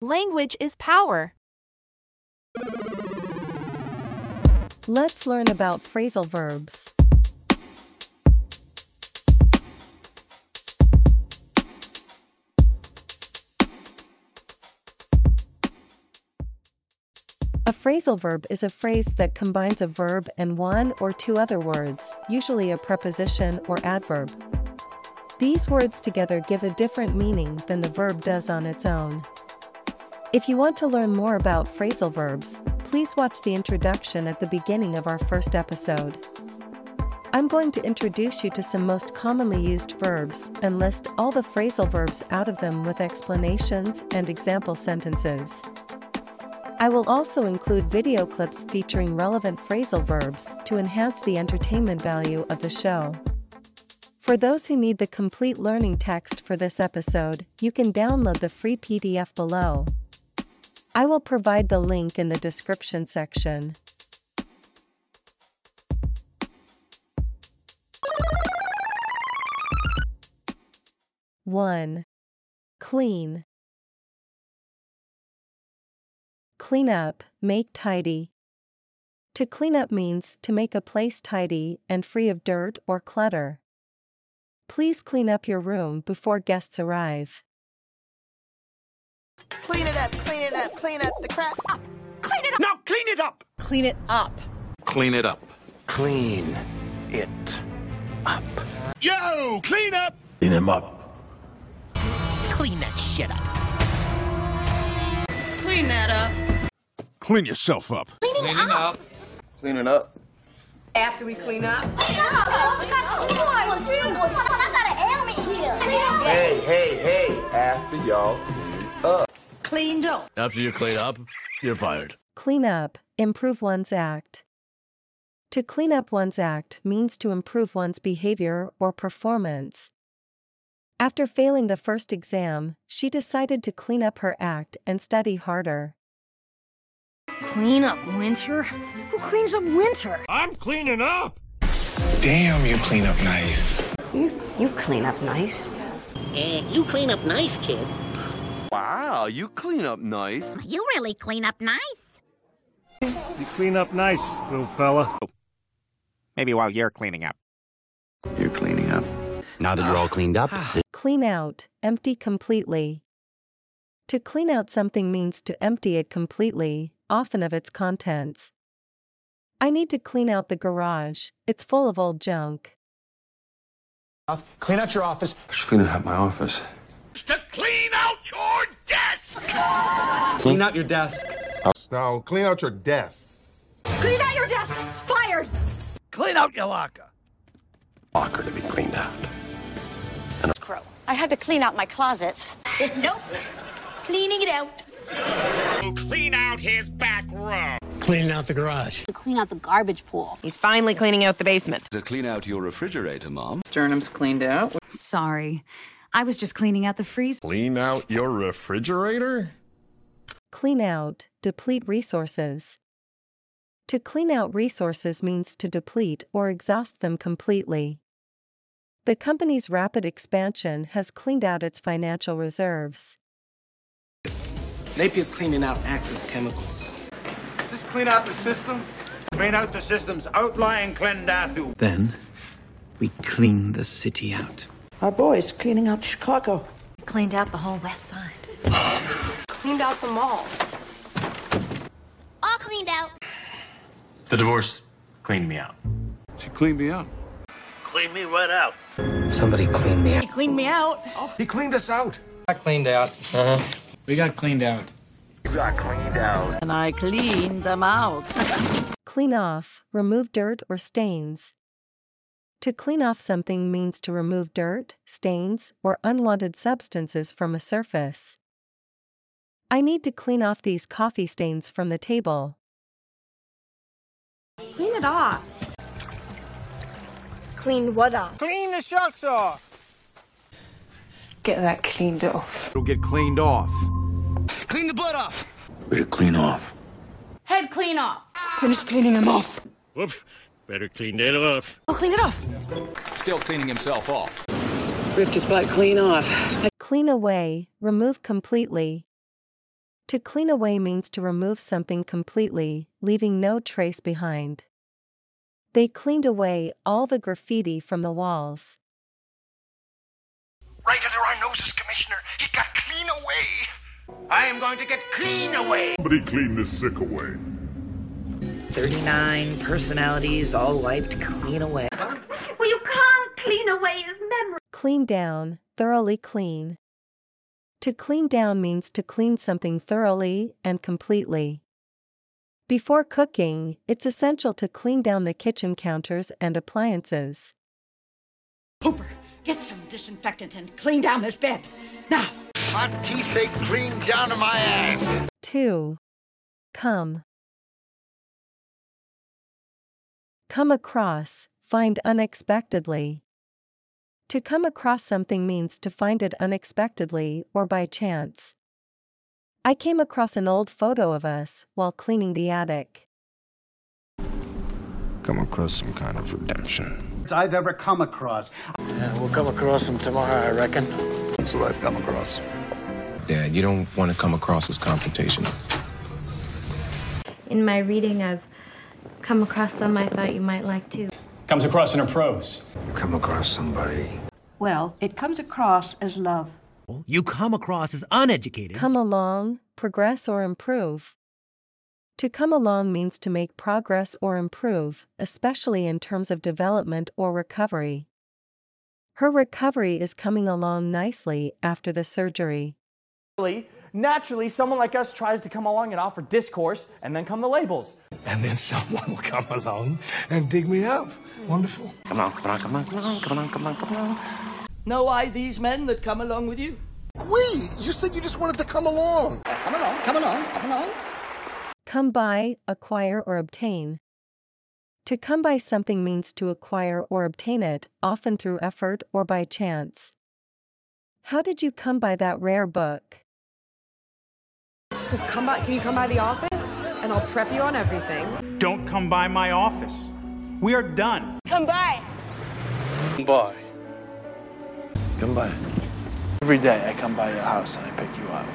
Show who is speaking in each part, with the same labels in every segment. Speaker 1: Language is power.
Speaker 2: Let's learn about phrasal verbs. A phrasal verb is a phrase that combines a verb and one or two other words, usually a preposition or adverb. These words together give a different meaning than the verb does on its own. If you want to learn more about phrasal verbs, please watch the introduction at the beginning of our first episode. I'm going to introduce you to some most commonly used verbs and list all the phrasal verbs out of them with explanations and example sentences. I will also include video clips featuring relevant phrasal verbs to enhance the entertainment value of the show. For those who need the complete learning text for this episode, you can download the free PDF below. I will provide the link in the description section. One. Clean. Clean up, make tidy. To clean up means to make a place tidy and free of dirt or clutter. Please clean up your room before guests arrive.
Speaker 3: Clean it up, clean it up, clean up the crap.
Speaker 4: Now clean it up!
Speaker 5: Clean it up.
Speaker 6: Clean it up.
Speaker 7: Clean it up.
Speaker 4: Yo, clean up!
Speaker 7: Clean him up.
Speaker 3: Clean that shit up. Clean that up.
Speaker 4: Clean yourself up.
Speaker 6: Clean it up.
Speaker 5: After we clean up.
Speaker 6: Hey, hey, hey. After y'all clean up.
Speaker 3: Cleaned up.
Speaker 7: After you clean up, you're fired.
Speaker 2: Clean up, improve one's act. To clean up one's act means to improve one's behavior or performance. After failing the first exam, she decided to clean up her act and study harder.
Speaker 5: Clean up winter? Who cleans up winter?
Speaker 4: I'm cleaning up!
Speaker 8: Damn, you clean up nice.
Speaker 9: You, you clean up nice.
Speaker 10: Eh, you clean up nice, kid.
Speaker 6: Wow, you clean up nice.
Speaker 10: You really clean up nice.
Speaker 11: You clean up nice, little fella.
Speaker 12: Maybe while you're cleaning up.
Speaker 7: You're cleaning up.
Speaker 12: Now that you're all cleaned up,
Speaker 2: Clean out, empty completely. To clean out something means to empty it completely, often of its contents. I need to clean out the garage, it's full of old junk.
Speaker 8: Clean out your office.
Speaker 6: Just cleaning up my office.
Speaker 4: To clean out your desk!
Speaker 8: Now clean out your desk.
Speaker 5: Clean out your desks! Fired!
Speaker 4: Clean out your locker!
Speaker 7: Locker to be cleaned out.
Speaker 9: Crow. I had to clean out my closets.
Speaker 10: Nope. Cleaning it out.
Speaker 4: Clean out his back row!
Speaker 8: Cleaning out the garage.
Speaker 10: Clean out the garbage pool.
Speaker 5: He's finally cleaning out the basement.
Speaker 7: To clean out your refrigerator, Mom.
Speaker 9: Sternum's cleaned out.
Speaker 5: Sorry. I was just cleaning out the freezer.
Speaker 8: Clean out your refrigerator?
Speaker 2: Clean out, deplete resources. To clean out resources means to deplete or exhaust them completely. The company's rapid expansion has cleaned out its financial reserves.
Speaker 9: Napier's cleaning out Axis chemicals.
Speaker 4: Just clean out the system. Clean out the system's outlying clendathu.
Speaker 7: Then we clean the city out.
Speaker 9: Our boy's cleaning out Chicago.
Speaker 5: Cleaned out the whole west side.
Speaker 9: Cleaned out the mall.
Speaker 10: All cleaned out.
Speaker 7: The divorce cleaned me out.
Speaker 4: She cleaned me up.
Speaker 6: Clean me right out.
Speaker 12: somebody clean me up.
Speaker 3: He cleaned me out.
Speaker 8: He cleaned us out.
Speaker 6: You got cleaned out.
Speaker 3: And I cleaned them out.
Speaker 2: Clean off, remove dirt or stains. To clean off something means to remove dirt, stains, or unwanted substances from a surface. I need to clean off these coffee stains from the table.
Speaker 5: Clean it off. Clean what off?
Speaker 4: Clean the shucks off!
Speaker 9: Get that cleaned off.
Speaker 4: It'll get cleaned off.
Speaker 8: Clean the blood off.
Speaker 7: We're to clean off.
Speaker 9: Head clean off. Finish cleaning him off.
Speaker 4: Whoop. Better clean that off.
Speaker 9: I'll clean it off.
Speaker 7: Still cleaning himself off.
Speaker 2: Clean away, remove completely. To clean away means to remove something completely, leaving no trace behind. They cleaned away all the graffiti from the walls.
Speaker 1: Right under our noses, Commissioner. It got clean away. I am going to get clean away.
Speaker 13: Somebody clean this sick away.
Speaker 14: 39 personalities all wiped clean away.
Speaker 15: Well, you can't clean away his memory.
Speaker 2: Clean down, thoroughly clean. To clean down means to clean something thoroughly and completely. Before cooking, it's essential to clean down the kitchen counters and appliances.
Speaker 16: Get some disinfectant and clean down this bed. Now.
Speaker 1: My teeth ache clean down to my ass.
Speaker 2: 2. Come. Come across, find unexpectedly. To come across something means to find it unexpectedly or by chance. I came across an old photo of us while cleaning the attic.
Speaker 17: Come across some kind of redemption.
Speaker 18: I've ever come across.
Speaker 17: Yeah, we'll come across them tomorrow, I reckon. That's what I've come across. Dad, you don't want to come across as confrontational.
Speaker 19: In my reading, I've come across some I thought you might like too.
Speaker 17: Comes across in her prose. You come across somebody.
Speaker 20: Well, it comes across as love.
Speaker 21: You come across as uneducated.
Speaker 2: Come along, progress, or improve. To come along means to make progress or improve, especially in terms of development or recovery. Her recovery is coming along nicely after the surgery.
Speaker 22: Naturally, someone like us tries to come along and offer discourse, and then come the labels.
Speaker 17: And then someone will come along and dig me up. Wonderful. Come on, come on, come on, come on, come on, come on, come on.
Speaker 14: Know I these men that come along with you?
Speaker 1: Wait, you said you just wanted to come along. Come along, come along, come along.
Speaker 2: Come by, acquire, or obtain. To come by something means to acquire or obtain it, often through effort or by chance. How did you come by that rare book?
Speaker 23: Just come by. Can you come by the office? And I'll prep you on everything.
Speaker 24: Don't come by my office. We are done.
Speaker 23: Come by.
Speaker 17: Come by. Come by. Every day I come by your house and I pick you up.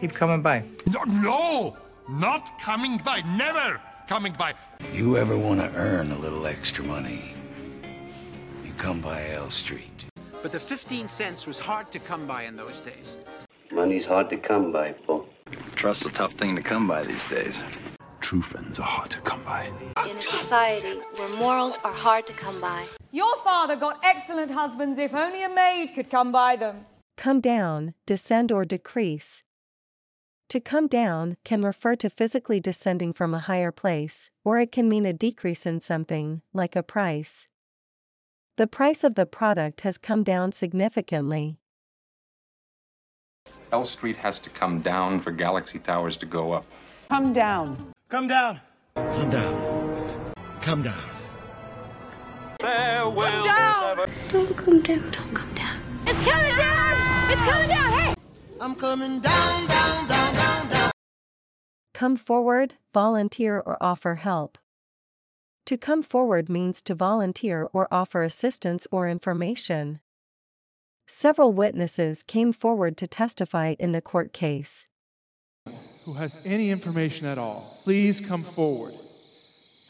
Speaker 21: Keep coming by.
Speaker 1: No, no, not coming by. Never coming by.
Speaker 17: You ever want to earn a little extra money? You come by L Street.
Speaker 25: But the 15 cents was hard to come by in those days.
Speaker 26: Money's hard to come by, Paul.
Speaker 7: Trust's a tough thing to come by these days. True friends are hard to come by.
Speaker 19: In a society where morals are hard to come by.
Speaker 27: Your father got excellent husbands if only a maid could come by them.
Speaker 2: Come down, descend, or decrease. To come down can refer to physically descending from a higher place, or it can mean a decrease in something, like a price. The price of the product has come down significantly.
Speaker 7: L Street has to come down for Galaxy Towers to go up.
Speaker 14: Come down.
Speaker 4: Come down.
Speaker 7: Come down. Come down.
Speaker 4: There
Speaker 23: Come down. Don't come down. Don't come down. It's coming down. It's coming down. Hey.
Speaker 3: I'm coming down, down, down, down, down.
Speaker 2: Come forward, volunteer, or offer help. To come forward means to volunteer or offer assistance or information. Several witnesses came forward to testify in the court case.
Speaker 28: Who has any information at all, please come forward.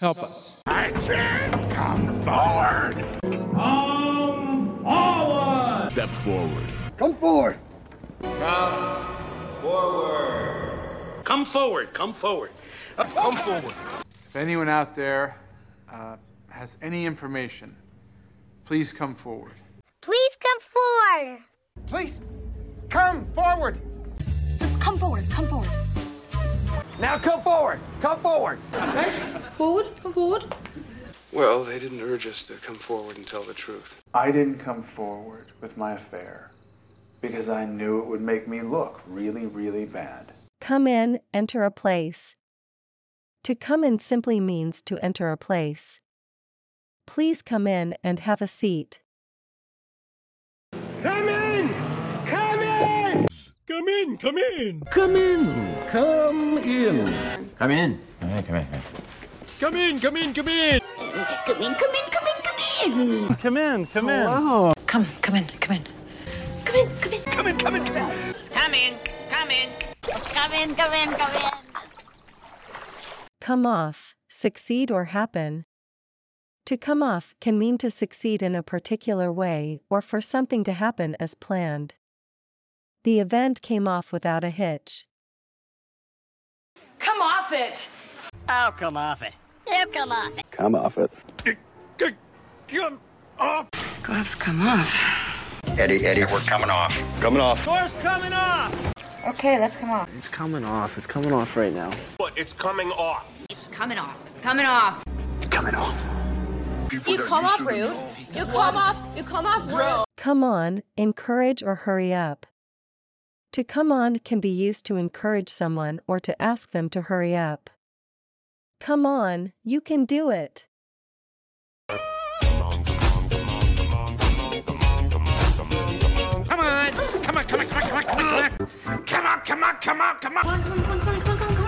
Speaker 28: Help us.
Speaker 1: I can't come forward. Come forward.
Speaker 7: Step forward.
Speaker 1: Come forward.
Speaker 25: Come forward. Come forward. Come forward.
Speaker 27: Uh,
Speaker 25: Come forward.
Speaker 28: If anyone out there uh, has any information, please come forward.
Speaker 15: Please come forward.
Speaker 1: Please, come forward.
Speaker 23: Just come forward. Come forward.
Speaker 1: Now come forward. Come forward.
Speaker 23: Forward. Come forward.
Speaker 29: Well, they didn't urge us to come forward and tell the truth.
Speaker 28: I didn't come forward with my affair because I knew it would make me look really, really bad.
Speaker 2: Come in, enter a place. To come in simply means to enter a place. Please come in and have a seat.
Speaker 1: Come in. Come in.
Speaker 30: Come in, come in.
Speaker 1: Come in. Come in.
Speaker 12: Come in. Come in, come in.
Speaker 30: Come in, come in, come in.
Speaker 10: Come in, come in, come in, come in.
Speaker 30: Come in, come in.
Speaker 10: Hello.
Speaker 23: Come, come in, come in.
Speaker 10: Come in, come in. Come in, come in, come in.
Speaker 3: Come in. Come in.
Speaker 10: Come in, come in, come in.
Speaker 2: Come off, succeed or happen. To come off can mean to succeed in a particular way or for something to happen as planned. The event came off without a hitch.
Speaker 5: Come off it!
Speaker 6: I'll come off it.
Speaker 10: You come off it.
Speaker 7: Come off it.
Speaker 5: Come off!
Speaker 6: Gloves come off.
Speaker 7: Eddie, Eddie, we're coming off. Coming off.
Speaker 5: Door's coming off!
Speaker 6: Okay, let's come off.
Speaker 8: It's coming off. It's coming off right now.
Speaker 5: What? It's coming off.
Speaker 6: It's coming off. It's coming off.
Speaker 7: It's coming off.
Speaker 9: You come off rude. You come off. You come off rude.
Speaker 2: Come on, encourage or hurry up. To come on can be used to encourage someone or to ask them to hurry up. Come on, you can do it.
Speaker 1: Come on! Come on, come on, come on, come on, come on! Come on, come on, come on, come on!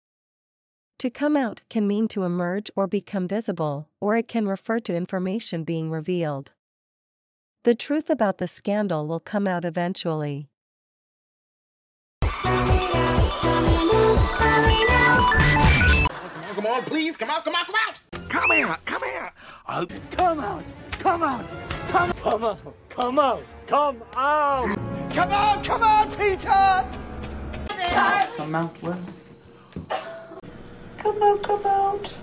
Speaker 2: To come out can mean to emerge or become visible, or it can refer to information being revealed. The truth about the scandal will come out eventually.
Speaker 1: Come on, please! Come out, come out, come out! Come out, come out! Oh, come out! Come out! Come out! Come out! Come out! Come out! Come on, come on, Peter!
Speaker 8: Come out. What?
Speaker 6: Come out, come out.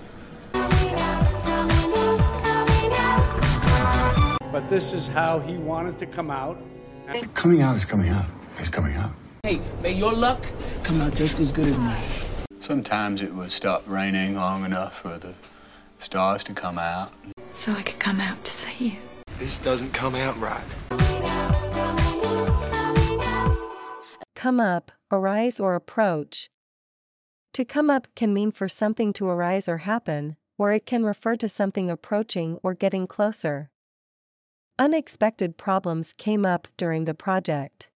Speaker 8: But this is how he wanted to come out.
Speaker 7: Coming out is coming out. It's coming out.
Speaker 8: Hey, may your luck come out just as good as mine.
Speaker 26: Sometimes it would stop raining long enough for the stars to come out.
Speaker 6: So I could come out to see you.
Speaker 27: This doesn't come out right.
Speaker 2: Come up, arise or approach. To come up can mean for something to arise or happen, or it can refer to something approaching or getting closer. Unexpected problems came up during the project.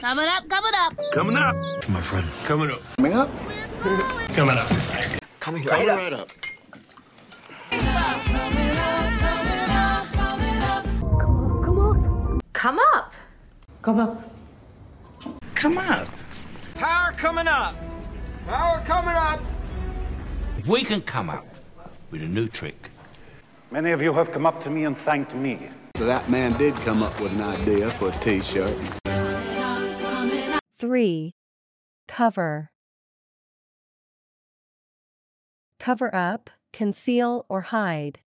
Speaker 10: Coming up, coming up.
Speaker 27: Coming up. My friend. Coming up.
Speaker 26: Coming up.
Speaker 27: Coming up.
Speaker 26: Coming
Speaker 27: right up.
Speaker 26: right up.
Speaker 6: Come on. Come up. Come up.
Speaker 5: Come up. Power coming up. Power coming up.
Speaker 11: If we can come up with a new trick.
Speaker 27: Many of you have come up to me and thanked me.
Speaker 26: That man did come up with an idea for a t-shirt.
Speaker 2: 3. Cover. Cover up, conceal, or hide.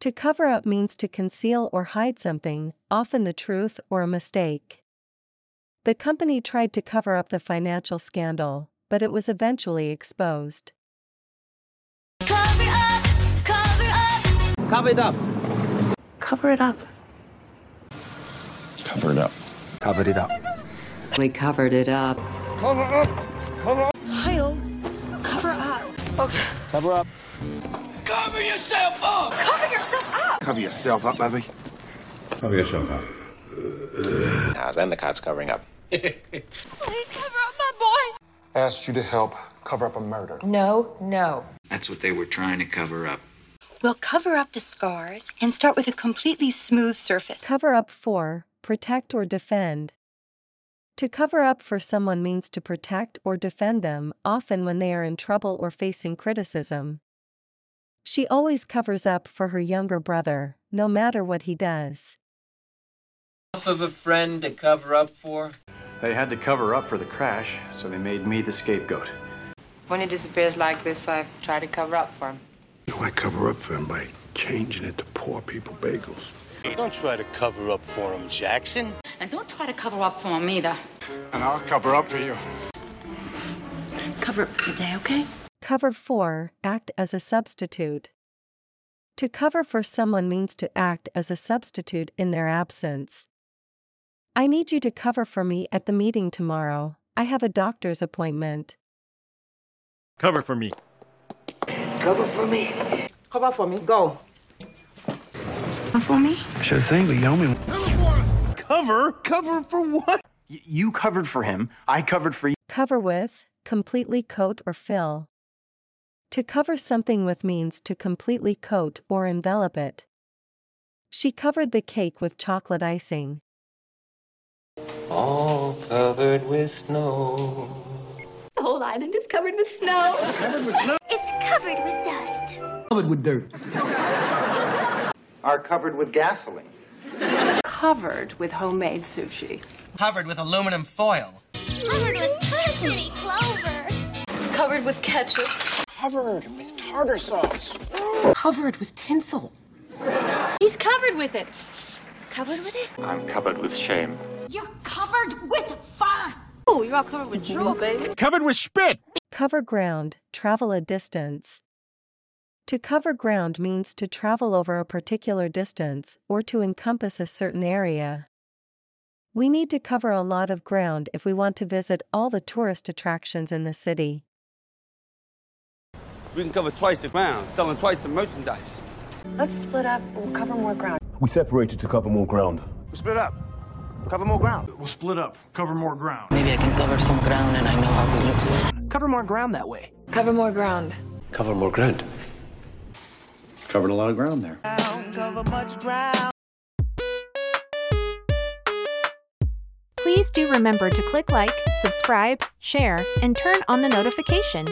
Speaker 2: To cover up means to conceal or hide something, often the truth or a mistake. The company tried to cover up the financial scandal, but it was eventually exposed.
Speaker 9: Cover up, cover up.
Speaker 12: Cover it up.
Speaker 6: Cover it up.
Speaker 7: Cover it up. Cover it up.
Speaker 6: We covered it up.
Speaker 27: Cover up. Cover up.
Speaker 6: Kyle, cover up. Okay.
Speaker 27: Cover up. Cover yourself up.
Speaker 6: Cover yourself up.
Speaker 27: Cover yourself up, baby.
Speaker 7: Cover yourself up.
Speaker 12: How's Endicott's covering up?
Speaker 8: Please cover up my boy.
Speaker 27: Asked you to help cover up a murder.
Speaker 8: No, no.
Speaker 12: That's what they were trying to cover up.
Speaker 8: We'll cover up the scars and start with a completely smooth surface.
Speaker 2: Cover up for, protect or defend. To cover up for someone means to protect or defend them, often when they are in trouble or facing criticism. She always covers up for her younger brother, no matter what he does.
Speaker 8: Enough of a friend to cover up for.
Speaker 27: They had to cover up for the crash, so they made me the scapegoat.
Speaker 8: When he disappears like this, I try to cover up for him.
Speaker 27: I cover up for him by changing it to poor people bagels.
Speaker 8: Don't try to cover up for him, Jackson.
Speaker 6: And don't try to cover up for him either.
Speaker 27: And I'll cover up for you.
Speaker 6: Cover up for the day, okay?
Speaker 2: Cover 4 Act as a substitute. To cover for someone means to act as a substitute in their absence. I need you to cover for me at the meeting tomorrow. I have a doctor's appointment.
Speaker 31: Cover for me.
Speaker 1: Cover for me.
Speaker 6: Cover for me. Go.
Speaker 1: Cover for me?
Speaker 31: Sure thing, but Yomi.
Speaker 1: Cover? Cover for what?
Speaker 32: Y- you covered for him. I covered for you.
Speaker 2: Cover with, completely coat or fill. To cover something with means to completely coat or envelop it. She covered the cake with chocolate icing.
Speaker 1: All covered with snow.
Speaker 23: The whole island is covered with snow.
Speaker 1: Covered with snow?
Speaker 23: It's covered with dust.
Speaker 1: Covered with dirt.
Speaker 32: Are covered with gasoline.
Speaker 33: Covered with homemade sushi.
Speaker 1: Covered with aluminum foil.
Speaker 9: Covered with cushiony clover.
Speaker 33: Covered with ketchup.
Speaker 1: Covered with tartar sauce.
Speaker 33: Covered with tinsel.
Speaker 9: He's covered with it. Covered with it?
Speaker 32: I'm covered with shame.
Speaker 9: You're covered with fur. Ooh, Oh, you're all covered with drool, baby.
Speaker 1: Covered with spit.
Speaker 2: Cover ground, travel a distance. To cover ground means to travel over a particular distance or to encompass a certain area. We need to cover a lot of ground if we want to visit all the tourist attractions in the city.
Speaker 1: We can cover twice the ground, selling twice the merchandise.
Speaker 33: Let's split up. We'll cover more ground.
Speaker 34: We separated to cover more ground.
Speaker 1: We split up. Cover more ground.
Speaker 31: We'll split up. Cover more ground.
Speaker 1: Maybe I can cover some ground and I know how it looks like.
Speaker 32: Cover more ground that way.
Speaker 33: Cover more ground.
Speaker 32: Cover more ground.
Speaker 4: Covered a lot of ground there.
Speaker 35: Cover much ground.
Speaker 5: Please do remember to click like, subscribe, share, and turn on the notification.